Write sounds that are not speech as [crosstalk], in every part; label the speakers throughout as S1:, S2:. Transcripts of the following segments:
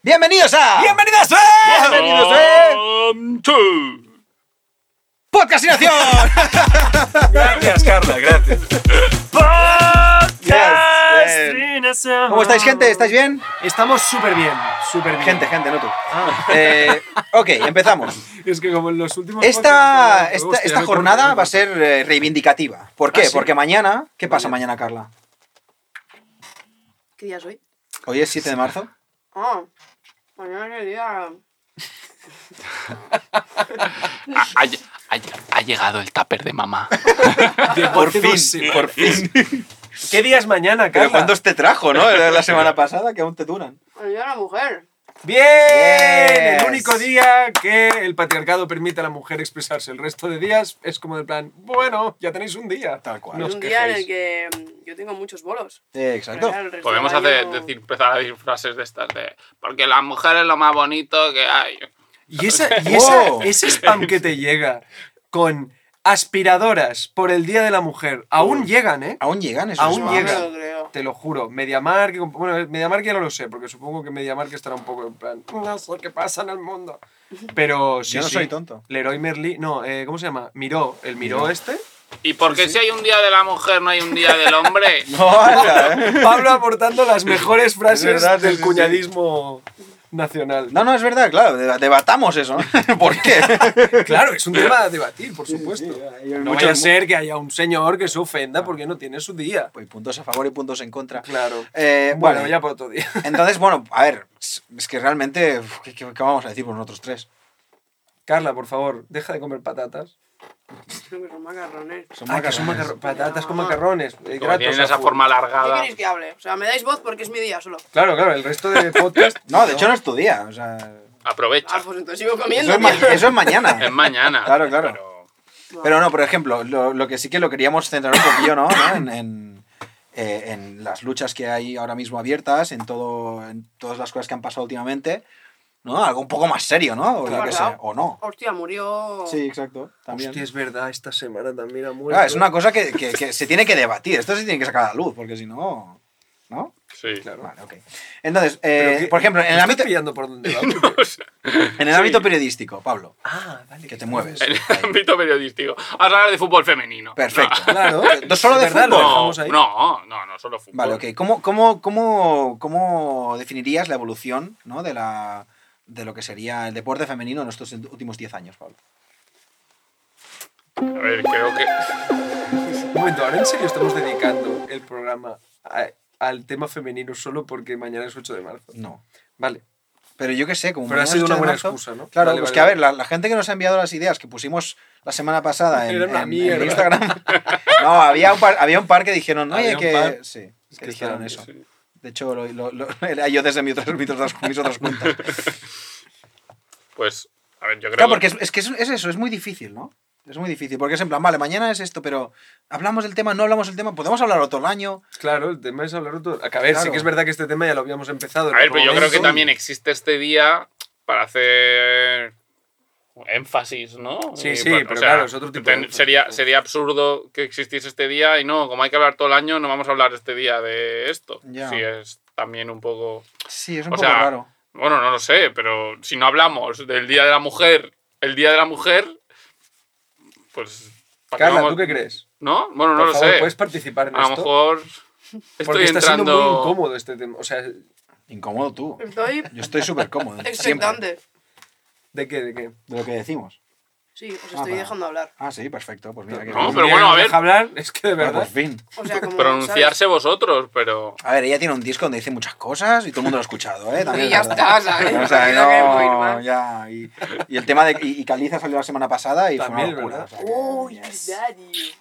S1: Bienvenidos a
S2: ¡Bienvenidas! eh!
S1: Bienvenidos, eh.
S3: Um, two.
S1: [laughs] Podcastinación.
S2: Gracias, Carla, gracias.
S1: [laughs] Yes, ¿Cómo
S4: Ah,
S1: estáis, gente? ¿Estáis bien?
S5: Estamos súper bien, súper bien.
S1: Gente, gente, no tú. Eh, ok, [laughs] empezamos.
S5: Es que como en los últimos...
S1: Esta, esta, esta jornada va a ser eh, reivindicativa. ¿Por qué?
S5: Ah, sí.
S1: Porque mañana... ¿Qué pasa mañana, Carla?
S4: ¿Qué día es hoy?
S1: Hoy es 7 de marzo.
S4: Ah, mañana es el día.
S3: Ha, ha- ha- ha llegado el tupper de mamá.
S1: [laughs] Por fin, por fin. [laughs]
S5: ¿Qué día es mañana,
S1: Pero
S5: Carla?
S1: ¿cuántos te este trajo, no? Era La [laughs] semana pasada, que aún te duran.
S4: El día de la mujer.
S5: ¡Bien!
S1: Yes.
S5: El único día que el patriarcado permite a la mujer expresarse. El resto de días es como del plan, bueno, ya tenéis un día.
S1: Tal cual.
S5: No
S4: es
S5: os
S4: un día en
S5: quejéis.
S4: el que mm, yo tengo muchos bolos.
S1: Eh,
S4: Pero
S1: exacto.
S4: claro, el resto
S3: Podemos
S4: del
S3: hacer,
S4: año-
S3: decir, empezar a decir frases de estas de. Porque la mujer es lo más bonito que hay.
S5: Y, esa, [laughs] y esa-
S1: Wow.
S5: ese spam que te llega con aspiradoras por el Día de la Mujer, aún llegan, ¿eh?
S1: Aún llegan esos
S5: Aún
S1: vamos.
S4: No me
S5: llega.
S4: lo creo.
S5: Te lo juro, MediaMark, bueno, MediaMark ya no lo sé, porque supongo que MediaMark estará un poco en plan, no sé qué pasa en
S3: [laughs]
S5: el mundo. Pero sí,
S1: Yo no
S5: sí.
S1: soy tonto.
S5: Leroy Merlin, no, eh, ¿cómo se llama? Miró, el Miró este.
S3: ¿Y por qué si hay un día de la mujer no hay un día del hombre?
S1: [laughs] No, ala, ¿eh?
S5: Pablo
S1: [laughs]
S5: aportando las mejores frases
S1: verdad, sí,
S5: del
S1: sí, sí.
S5: cuñadismo
S1: [laughs]
S5: nacional.
S1: No, no, es verdad, claro. deba- Debatamos eso. [laughs] ¿Por qué?
S5: Claro, es un tema a debatir, por
S1: [laughs]
S5: supuesto. No vaya a ser que haya un señor que se ofenda porque no tiene su día.
S1: Pues puntos a favor y puntos en contra.
S5: Claro.
S1: Eh,
S5: bueno,
S1: vale.
S5: ya [laughs] por otro día.
S1: Entonces, bueno, a ver, es es que realmente, uf, ¿qué, qué- qué vamos a decir por nosotros tres?
S5: Carla, por favor, deja de comer patatas.
S4: Creo que son macarrones.
S1: Son
S5: Ah, que son
S1: macarrones.
S5: macarro- patatas con
S4: Ah.
S5: macarrones. eh,
S3: Como
S5: gratos,
S3: tienen
S5: a
S3: esa
S5: full.
S3: forma
S4: ¿Qué
S3: alargada.
S4: queréis que hable? O sea, me dais voz porque es mi día solo. Ah,
S5: Claro, claro, el resto de podcast.
S1: [laughs] No, de hecho no es tu día. O sea,
S3: Aprovecha.
S4: Ah, pues entonces sigo
S1: eso,
S4: comiendo.
S1: es ma-
S4: tío.
S1: eso es mañana.
S3: Es mañana.
S1: Claro, claro.
S3: pero-
S1: Pero no, por ejemplo, lo, lo que sí que lo queríamos centrar un poquillo, ¿no? ¿No? En, en, eh, en las luchas que hay ahora mismo abiertas, en todo, en todas las cosas que han pasado últimamente, ¿no? Algo un poco más serio, ¿no? O, yo
S4: Claro.
S1: qué sé, o no.
S4: Hostia, murió.
S1: Sí, exacto. También.
S5: Hostia, es verdad, esta semana también ha muerto.
S1: Claro, Ah, es una cosa que, que- que se tiene que debatir. Esto se tiene que sacar a la luz, porque si no. ¿No?
S3: Sí. [laughs]
S5: Claro.
S1: Vale, ok. Entonces, eh,
S5: Pero que-
S1: por ejemplo, en el
S5: ¿me
S1: ámbito,
S5: estás pillando por dónde va?
S1: [laughs] en el ámbito periodístico, Pablo,
S5: ah, vale.
S1: que te mueves.
S3: En el ámbito periodístico. Vamos a hablar de fútbol femenino.
S1: Perfecto.
S5: Ah,
S1: Eh,
S5: Claro.
S1: ¿Solo de
S5: verdad, lo
S1: fútbol?
S5: dejamos
S3: No,
S5: ahí.
S3: no, no, no solo fútbol.
S1: Vale, ok. ¿Cómo, cómo, cómo, cómo definirías la evolución ¿no? de, la, de lo que sería el deporte femenino en estos últimos 10 años, Pablo?
S3: A ver, creo que.
S5: Un momento, ahora en serio estamos dedicando el programa a- al tema femenino solo porque mañana es 8 de marzo.
S1: No.
S5: Vale.
S1: Pero yo qué sé, como
S5: Pero ha
S1: mañana es
S5: sido
S1: 8
S5: una
S1: de
S5: buena
S1: marzo-
S5: excusa, ¿no?
S1: Claro,
S5: Vale,
S1: pues
S5: vale,
S1: que a
S5: vale.
S1: ver, la, la gente que nos ha enviado las ideas que pusimos la semana pasada en,
S5: [laughs] Era una
S1: en- en
S5: mierda. [laughs]
S1: Instagram. no, había un, par, había un par que dijeron, oye,
S5: Había un
S1: que.
S5: par.
S1: Sí,
S5: Es
S1: que
S5: que
S1: dijeron
S5: estaban-
S1: eso.
S3: sí.
S1: De hecho, lo, lo- [laughs] lo- era yo desde mi otras- mis otras, mis
S5: [laughs]
S1: otras cuentas.
S3: Pues, a ver, yo creo
S1: Claro, porque
S3: que.
S1: es, es que es, es eso, es muy difícil, ¿no? Es muy difícil, porque es en plan, vale, mañana es esto, pero hablamos del tema, no hablamos del tema, podemos hablar otro año.
S5: Claro, el tema es hablar otro. A que, a ver,
S1: Claro.
S5: sí que es verdad que este tema ya lo habíamos empezado. en
S3: A ver,
S5: otro
S3: pero yo creo que
S5: momento.
S3: también existe este día para hacer énfasis, ¿no?
S5: Sí,
S3: Y,
S5: sí,
S3: bueno,
S5: pero claro, es otro tipo de énfasis,
S3: sería,
S5: sí.
S3: sería absurdo que existiese este día y no, como hay que hablar todo el año, no vamos a hablar este día de esto.
S1: Ya.
S3: Sí, es también un poco...
S1: Sí, es un
S3: O
S1: poco
S3: sea,
S1: raro.
S3: Bueno, no lo sé, pero si no hablamos del Día de la Mujer, el Día de la Mujer, pues... ¿para qué
S5: Carla,
S3: vamos-
S5: ¿tú qué crees?
S3: ¿No? Bueno, no
S5: Por
S3: lo
S5: favor,
S3: sé.
S5: ¿puedes participar en
S3: a lo
S5: esto?
S3: mejor
S5: porque
S3: estoy
S5: está
S3: entrando...
S5: siendo muy incómodo este tema. O sea,
S1: Incómodo tú.
S4: Estoy
S1: Yo estoy súper
S4: [laughs]
S1: cómodo. siempre,
S4: expectante.
S5: ¿de qué? ¿De qué?
S1: de lo que decimos.
S4: Sí, os
S1: Ah,
S4: estoy
S1: vale.
S4: dejando hablar.
S1: Ah, sí, perfecto. Pues mira que.
S3: No,
S1: bien.
S3: pero bueno, a
S5: nos
S3: ver.
S5: deja hablar, es que de
S1: Ah, por
S5: verdad.
S1: fin.
S4: O sea, como.
S3: Pronunciarse vosotros, pero...
S1: A ver, ella tiene un disco donde dice muchas cosas y todo el mundo lo ha escuchado, ¿eh? También
S4: [laughs]
S1: es
S4: Y ya
S1: verdad.
S4: está, ¿sabes?
S1: O sea,
S4: Creo que
S1: no,
S4: voy mal.
S1: ya. Y, y el tema de. Y, y Caliza salió la semana pasada y
S5: También es
S1: fue una locura.
S5: verdad.
S1: o sea que-
S4: Uy,
S1: yes.
S4: daddy.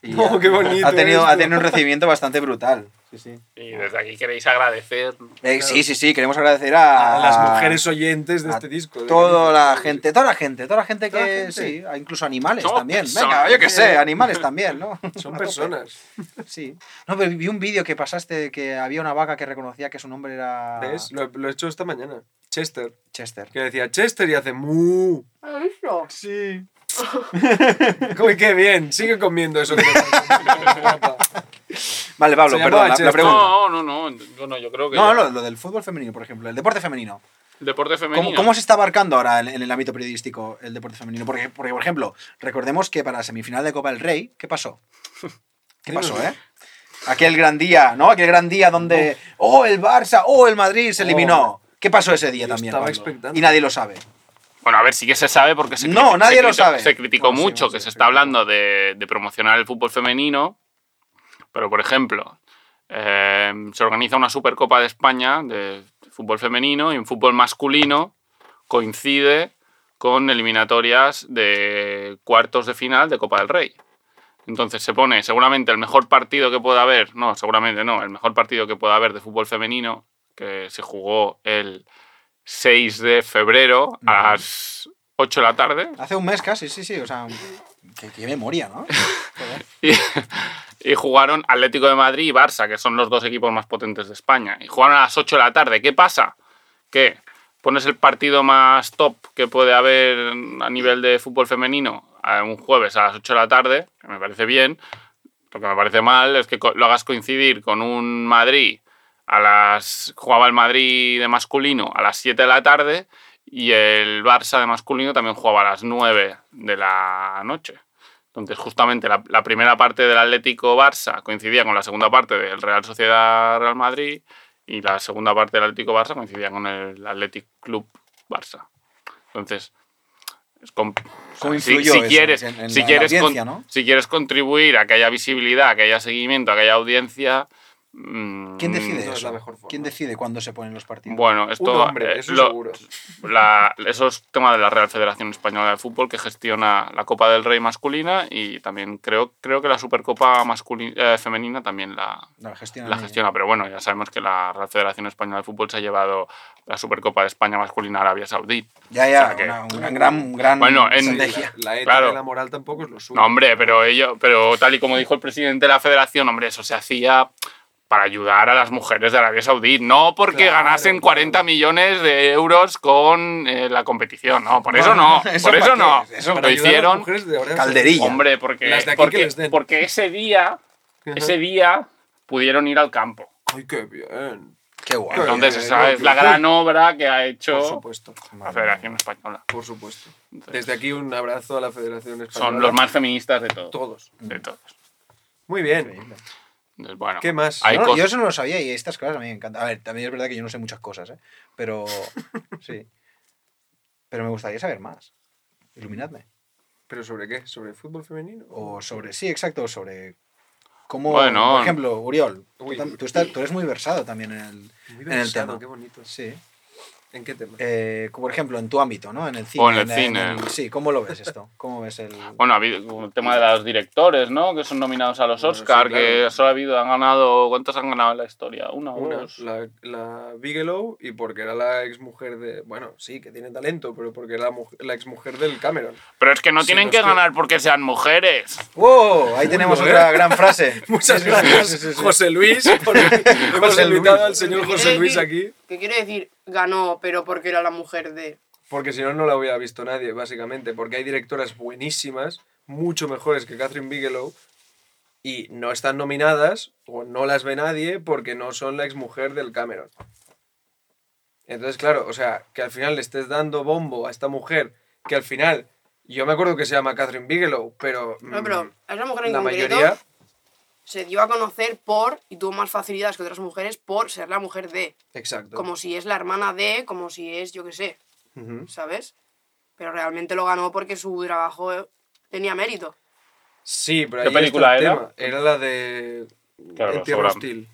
S1: Y
S5: No,
S1: ha-
S5: qué bonito
S1: Ha tenido,
S5: esto.
S1: ha tenido un recibimiento bastante brutal. Sí, sí.
S3: Y desde aquí queréis agradecer
S1: Eh, Sí, sí, sí, queremos agradecer a,
S5: A las mujeres oyentes de
S1: a
S5: este disco. de-
S1: Toda la gente, toda la gente, toda la gente que.
S5: Toda la gente.
S1: Sí, incluso animales
S3: Somos
S1: también. Venga,
S3: personas.
S1: yo qué sé, animales también, ¿no? [laughs]
S5: Son
S1: A tope.
S5: personas.
S1: Sí. No, pero vi un vídeo que pasaste que había una vaca que reconocía que su nombre era.
S5: ¿Ves? Lo, lo he hecho esta mañana. Chester.
S1: Chester.
S5: Que decía Chester y hace mu.
S4: ¿Lo has visto?
S1: Sí. [laughs]
S5: Uy, qué bien. Sigue comiendo eso. Que te pasa, guapa.
S1: Vale, Pablo,
S5: Se llamaba
S1: perdón, la, la
S5: Chester.
S1: pregunta.
S6: No, no, no, yo no, yo creo que
S1: No,
S6: ya.
S1: lo, lo del fútbol femenino, por ejemplo, el deporte femenino.
S6: el deporte femenino.
S1: ¿Cómo, cómo se está abarcando ahora en, en el ámbito periodístico el deporte femenino? Porque, porque, por ejemplo, recordemos que para la semifinal de Copa del Rey, ¿qué pasó? ¿Qué pasó, eh? Aquel gran día, ¿no? Aquel gran día donde, oh, el Barça, oh, el Madrid se eliminó. ¿Qué pasó ese día
S5: Yo
S1: también?
S5: estaba
S1: Pablo?
S5: expectando.
S1: Y nadie lo sabe.
S3: Bueno, a ver, sí que se sabe porque se
S1: No,
S3: criti-
S1: nadie
S3: se
S1: lo
S3: criti-
S1: sabe.
S3: Se criticó
S5: Bueno, sí,
S3: mucho
S5: no sé,
S3: que
S5: se
S3: se está
S5: criticó.
S3: hablando de, de promocionar el fútbol femenino, pero por ejemplo, eh, se organiza una Supercopa de España de fútbol femenino y en fútbol masculino coincide con eliminatorias de cuartos de final de Copa del Rey. Entonces se pone seguramente el mejor partido que pueda haber, no, seguramente no, el mejor partido que pueda haber de fútbol femenino, que se jugó el 6 de febrero
S1: Ujú.
S3: a las 8 de la tarde.
S1: Hace un mes casi, sí, sí, o sea, qué, qué memoria, ¿no? Joder.
S3: [laughs] Y, y jugaron Atlético de Madrid y Barça, que son los dos equipos más potentes de España. Y jugaron a las 8 de la tarde. ¿Qué pasa? Que pones el partido más top que puede haber a nivel de fútbol femenino a un jueves a las 8 de la tarde, que me parece bien. Lo que me parece mal es que co- lo hagas coincidir con un Madrid a las jugaba el Madrid de masculino a las 7 de la tarde y el Barça de masculino también jugaba a las 9 de la noche. Entonces, justamente la, la primera parte del Atlético Barça coincidía con la segunda parte del Real Sociedad Real Madrid y la segunda parte del Atlético Barça coincidía con el Athletic Club Barça. Entonces, es com- o sea,
S1: ¿Cómo
S3: si-
S1: influyó
S3: si,
S1: eso
S3: quieres,
S1: en- en la-
S3: si,
S1: en la
S3: quieres con-
S1: audiencia, no?
S3: si quieres contribuir a que haya visibilidad, a que haya seguimiento, a que haya audiencia. mm,
S1: ¿Quién decide
S5: No es
S1: eso?
S5: la mejor forma.
S1: ¿Quién decide cuándo se ponen los partidos?
S3: Bueno,
S5: Un
S3: esto.
S5: hombre,
S3: eh,
S5: eso
S3: lo-
S5: seguro.
S3: [laughs] la- eso es tema de la Real Federación Española de Fútbol que gestiona la Copa del Rey masculina y también creo, creo que la Supercopa masculina, femenina también la,
S1: la gestión.
S3: la gestiona. Pero bueno, ya sabemos que la Real Federación Española de Fútbol se ha llevado la Supercopa de España masculina a Arabia Saudí.
S1: Ya, ya,
S3: O sea que-
S1: una, una gran, gran
S3: Bueno, en-
S1: estrategia.
S5: La ética
S3: Claro.
S5: y la moral tampoco es lo suyo.
S3: No, hombre, pero, ello, pero tal y como dijo el presidente de la federación, hombre, eso se hacía para ayudar a las mujeres de Arabia Saudí, no porque
S5: Claro,
S3: ganasen
S5: claro.
S3: 40 millones de euros con eh, la competición, no, por eso no,
S1: Bueno,
S3: por eso
S1: para
S3: no.
S1: qué, eso
S3: lo
S1: para
S5: ayudar a las
S3: hicieron,
S5: mujeres de ahora.
S1: Calderilla.
S3: hombre, porque,
S5: Las de aquí que
S3: porque,
S5: les den.
S3: porque ese día,
S5: Ajá.
S3: ese día pudieron ir al campo.
S5: Ay, qué bien.
S1: Qué guay.
S5: Claro.
S3: Entonces,
S5: eh,
S3: esa
S5: eh,
S3: es la
S5: eh,
S3: gran obra que ha
S5: Por
S3: hecho
S5: supuesto,
S3: la Federación Española.
S5: por supuesto. Desde aquí un abrazo a la Federación Española.
S3: Son los más feministas de todos.
S5: Todos.
S3: De todos.
S5: Muy bien.
S3: Entonces, bueno,
S5: ¿Qué más?
S3: hay
S1: No,
S3: cosas-
S1: yo eso no lo sabía y estas cosas a mí me encantan. A ver, también es verdad que yo no sé muchas cosas, ¿eh?
S3: [laughs]
S1: Pero. Sí. Pero me gustaría saber más. Iluminadme.
S5: ¿Pero sobre qué? ¿Sobre fútbol femenino?
S1: O sobre. Sí, exacto, sobre. Cómo,
S3: Bueno.
S1: por ejemplo, Uriol, tú
S5: Uy.
S1: tam- tú, estás- tú eres muy versado también en el,
S5: Muy
S1: en el
S5: versado,
S1: tema.
S5: Qué bonito.
S1: Sí.
S5: ¿En qué tema?
S1: Eh, por ejemplo, en tu ámbito, ¿no? En el cine.
S3: O en el cine.
S1: sí, ¿cómo lo ves esto? ¿Cómo ves
S3: [laughs]
S1: el.
S3: Bueno, ha habido como el tema de los directores, ¿no? Que son nominados a los
S5: Bueno, sí,
S3: Oscar,
S5: claro.
S3: que solo ha habido, han ganado, ¿cuántos han ganado en la historia? Una, o
S5: Una,
S3: dos.
S5: la, la Bigelow y porque era la exmujer de... Bueno, sí, que tiene talento, pero porque era la, mu- la exmujer del Cameron. [laughs]
S3: Pero es que no
S5: Sí,
S3: tienen
S5: no
S3: que
S5: estoy-
S3: ganar porque sean mujeres.
S1: ¡Wow! Ahí tenemos
S5: ¿eh?
S1: otra gran
S3: [laughs]
S1: frase.
S5: Muchas
S1: Sí, sí,
S5: gracias,
S1: sí, sí, sí.
S5: José Luis. por- hemos
S1: [laughs] José
S5: invitado
S1: Luis.
S5: al señor
S4: ¿Qué
S5: José
S4: quiere
S5: Luis
S4: decir?
S5: aquí,
S4: ¿Qué quiere decir ganó, pero porque era la mujer de...?
S5: porque si no, no la hubiera visto nadie, básicamente. Porque hay directoras buenísimas, mucho mejores que Catherine Bigelow, y no están nominadas o no las ve nadie porque no son la exmujer del Cameron. Entonces, claro, o sea, que al final le estés dando bombo a esta mujer, que al final, yo me acuerdo que se llama Catherine Bigelow, pero...
S4: No, pero
S5: mm,
S4: a esa mujer en
S5: la
S4: concreto
S5: mayoría...
S4: se dio a conocer por, y tuvo más facilidades que otras mujeres, por ser la mujer de.
S5: Exacto.
S4: Como si es la hermana de, como si es, yo qué sé,
S5: Ujú.
S4: ¿sabes? Pero realmente lo ganó porque su trabajo eh, tenía mérito.
S5: Sí, pero
S3: ¿Qué
S5: ahí está
S3: película
S5: el
S3: era?
S5: tema. Era la de...
S3: Claro,
S5: En Tierra
S3: sobran.
S5: Hostil.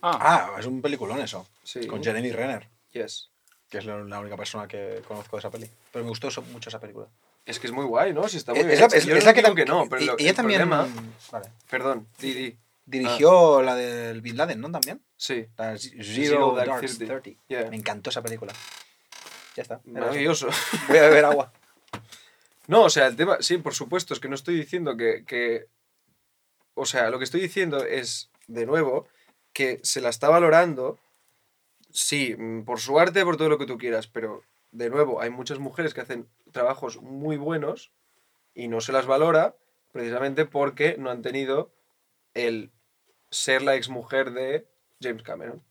S3: Ah,
S1: Ah, es un peliculón eso.
S5: Sí.
S1: Con Jeremy Renner,
S5: Yes.
S1: que es la, la única persona que conozco de esa peli. Pero me gustó eso- mucho esa película.
S5: Es que es muy guay, ¿no? Sí, está muy
S1: Eh, Es-
S5: bien.
S1: es la,
S5: hecha.
S1: es-
S5: Yo
S1: es
S5: no
S1: la que,
S5: digo
S1: tam-
S5: no, pero
S1: y-
S5: lo-
S1: ella
S5: el
S1: también
S5: problema-
S1: vale,
S5: Perdón, di, di.
S1: dirigió la del Bin Laden, ¿no? También.
S5: Sí.
S1: La Z-
S5: Zero
S1: Zero,
S5: Dark
S1: Dark
S5: Thirty.
S1: Thirty.
S5: Yeah.
S1: Me encantó esa película. Ya está. era eso.
S5: Maravilloso.
S1: Voy a beber
S5: [laughs]
S1: agua.
S5: No, o sea, el tema, sí, por supuesto, es que no estoy diciendo que, que- O sea, lo que estoy diciendo es, de nuevo, que se la está valorando, sí, mm, por su arte, por todo lo que tú quieras, pero, de nuevo, hay muchas mujeres que hacen trabajos muy buenos y no se las valora precisamente porque no han tenido el ser la exmujer de James Cameron.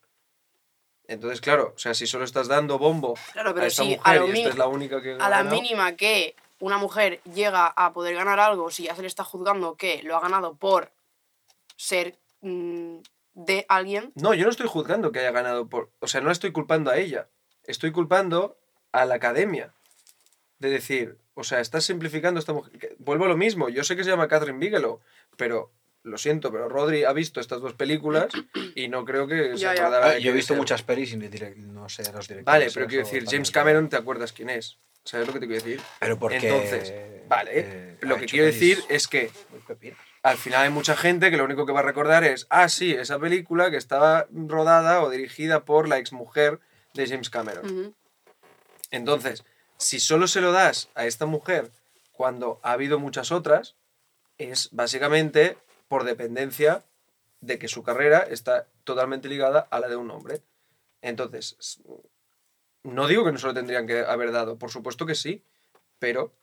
S5: Entonces, claro, o sea, si solo estás dando bombo
S4: Claro, Ah, pero
S5: a esta
S4: sí, a
S5: mujer
S4: lo
S5: y esta
S4: mínimo-
S5: es la única que ha
S4: A la
S5: ganado,
S4: mínima que una mujer llega a poder ganar algo, si ya se le está juzgando que lo ha ganado por ser mm, de alguien,
S5: No, yo no estoy juzgando que haya ganado por. O sea, no la estoy culpando a ella. Estoy culpando a la academia. De decir, o sea, estás simplificando a esta mujer. que- Vuelvo a lo mismo. Yo sé que se llama Catherine Bigelow, pero. Lo siento, pero Rodri ha visto estas dos
S4: [clears throat]
S5: películas y no creo que se
S4: Ya, ya.
S5: acordara de
S1: Ah, yo he
S5: quién
S1: visto
S5: era.
S1: muchas pelis y ni direct- no sé los directores.
S5: Vale,
S1: ¿sabes?
S5: pero quiero
S1: O
S5: decir,
S1: tal
S5: James
S1: vez.
S5: Cameron te acuerdas quién es. ¿Sabes lo que te quiero decir?
S1: Pero porque.
S5: Entonces, vale.
S1: eh,
S5: lo
S1: ha
S5: que
S1: hecho
S5: quiero
S1: pelis
S5: decir es que
S1: muy pepinas.
S5: al final hay mucha gente que lo único que va a recordar es, ah, sí, esa película que estaba rodada o dirigida por la exmujer de James Cameron.
S4: ujú,
S5: Entonces, si solo se lo das a esta mujer cuando ha habido muchas otras, es básicamente por dependencia de que su carrera está totalmente ligada a la de un hombre. Entonces, s- no digo que no se lo tendrían que haber dado, por supuesto que sí, pero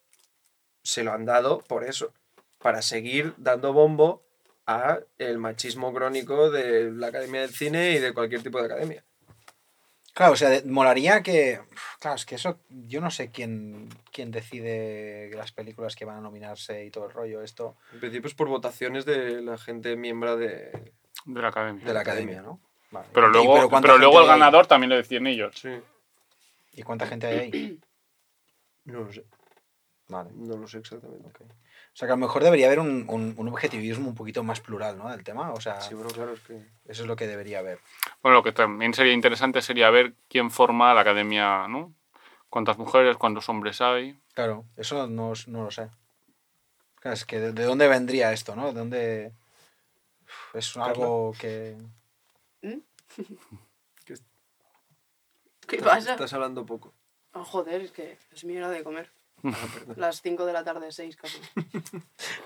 S5: se lo han dado por eso, para seguir dando bombo a el machismo crónico de la Academia del Cine y de cualquier tipo de academia.
S1: Claro, o sea, de- molaría que. Uf, Claro, es que eso. Yo no sé quién, quién decide las películas que van a nominarse y todo el rollo, esto.
S5: En principio es por votaciones de la gente miembro de,
S3: de la academia.
S1: De la academia, ¿no? Vale.
S3: Pero
S1: ¿Y-
S3: luego, pero
S1: cuánta
S3: luego
S1: gente
S3: el
S1: hay ahí?
S3: ganador también lo deciden ellos.
S5: Sí.
S1: ¿Y cuánta gente hay ahí?
S5: No lo sé,
S1: Vale.
S5: no lo sé exactamente.
S1: O sea, que a lo mejor debería haber un, un- un objetivismo un poquito más plural, ¿no? Del tema. O sea,
S5: Sí, bueno, claro, es [laughs] que...
S1: eso es lo que debería haber.
S3: Bueno, lo que también sería interesante sería ver quién forma la academia, ¿no? ¿Cuántas mujeres, cuántos hombres hay?
S1: Claro, eso no, s- no lo sé. Claro, es que de, de dónde vendría esto, ¿no? ¿De dónde...? Uf, Es algo que...
S4: ¿Qué
S5: estás-
S4: pasa?
S5: Estás hablando poco.
S4: Ah, joder, es que es mi hora de
S5: [laughs]
S4: comer.
S5: Ah,
S4: Las 5 de la tarde, 6 casi.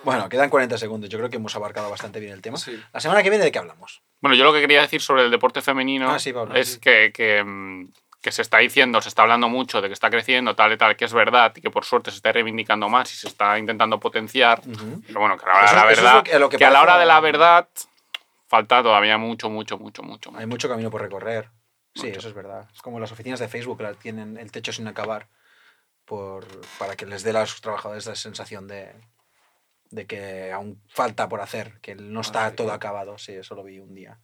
S1: Bueno, quedan 40 segundos. Yo creo que hemos abarcado bastante bien el tema.
S5: Sí.
S1: La semana que viene, ¿de qué hablamos?
S3: Bueno, yo lo que quería decir sobre el deporte femenino
S1: Ah, sí, Pablo,
S3: es
S1: sí.
S3: que, que, mm, que se está diciendo, se está hablando mucho de que está creciendo, tal y tal, que es verdad y que por suerte se está reivindicando más y se está intentando potenciar.
S1: Ujú.
S3: Pero bueno, que a la hora de
S1: Eso-
S3: la
S1: eso es
S3: verdad,
S1: lo que-
S3: que,
S1: lo que
S3: a la
S1: parece
S3: hora de
S1: la-
S3: la verdad falta todavía mucho, mucho, mucho, mucho.
S1: Hay mucho camino por recorrer. Sí, eso es verdad. Es como las oficinas de Facebook, la tienen el techo sin acabar por, para que les dé a sus trabajadores la sensación de, de que aún falta por hacer, que no está
S5: Ah, sí.
S1: todo acabado. Sí, eso lo vi un día.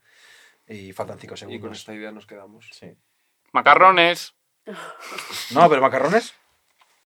S1: Y faltan 5
S5: Y con
S1: segundos.
S5: esta idea nos quedamos.
S1: Sí.
S3: Macarrones.
S1: No, pero macarrones.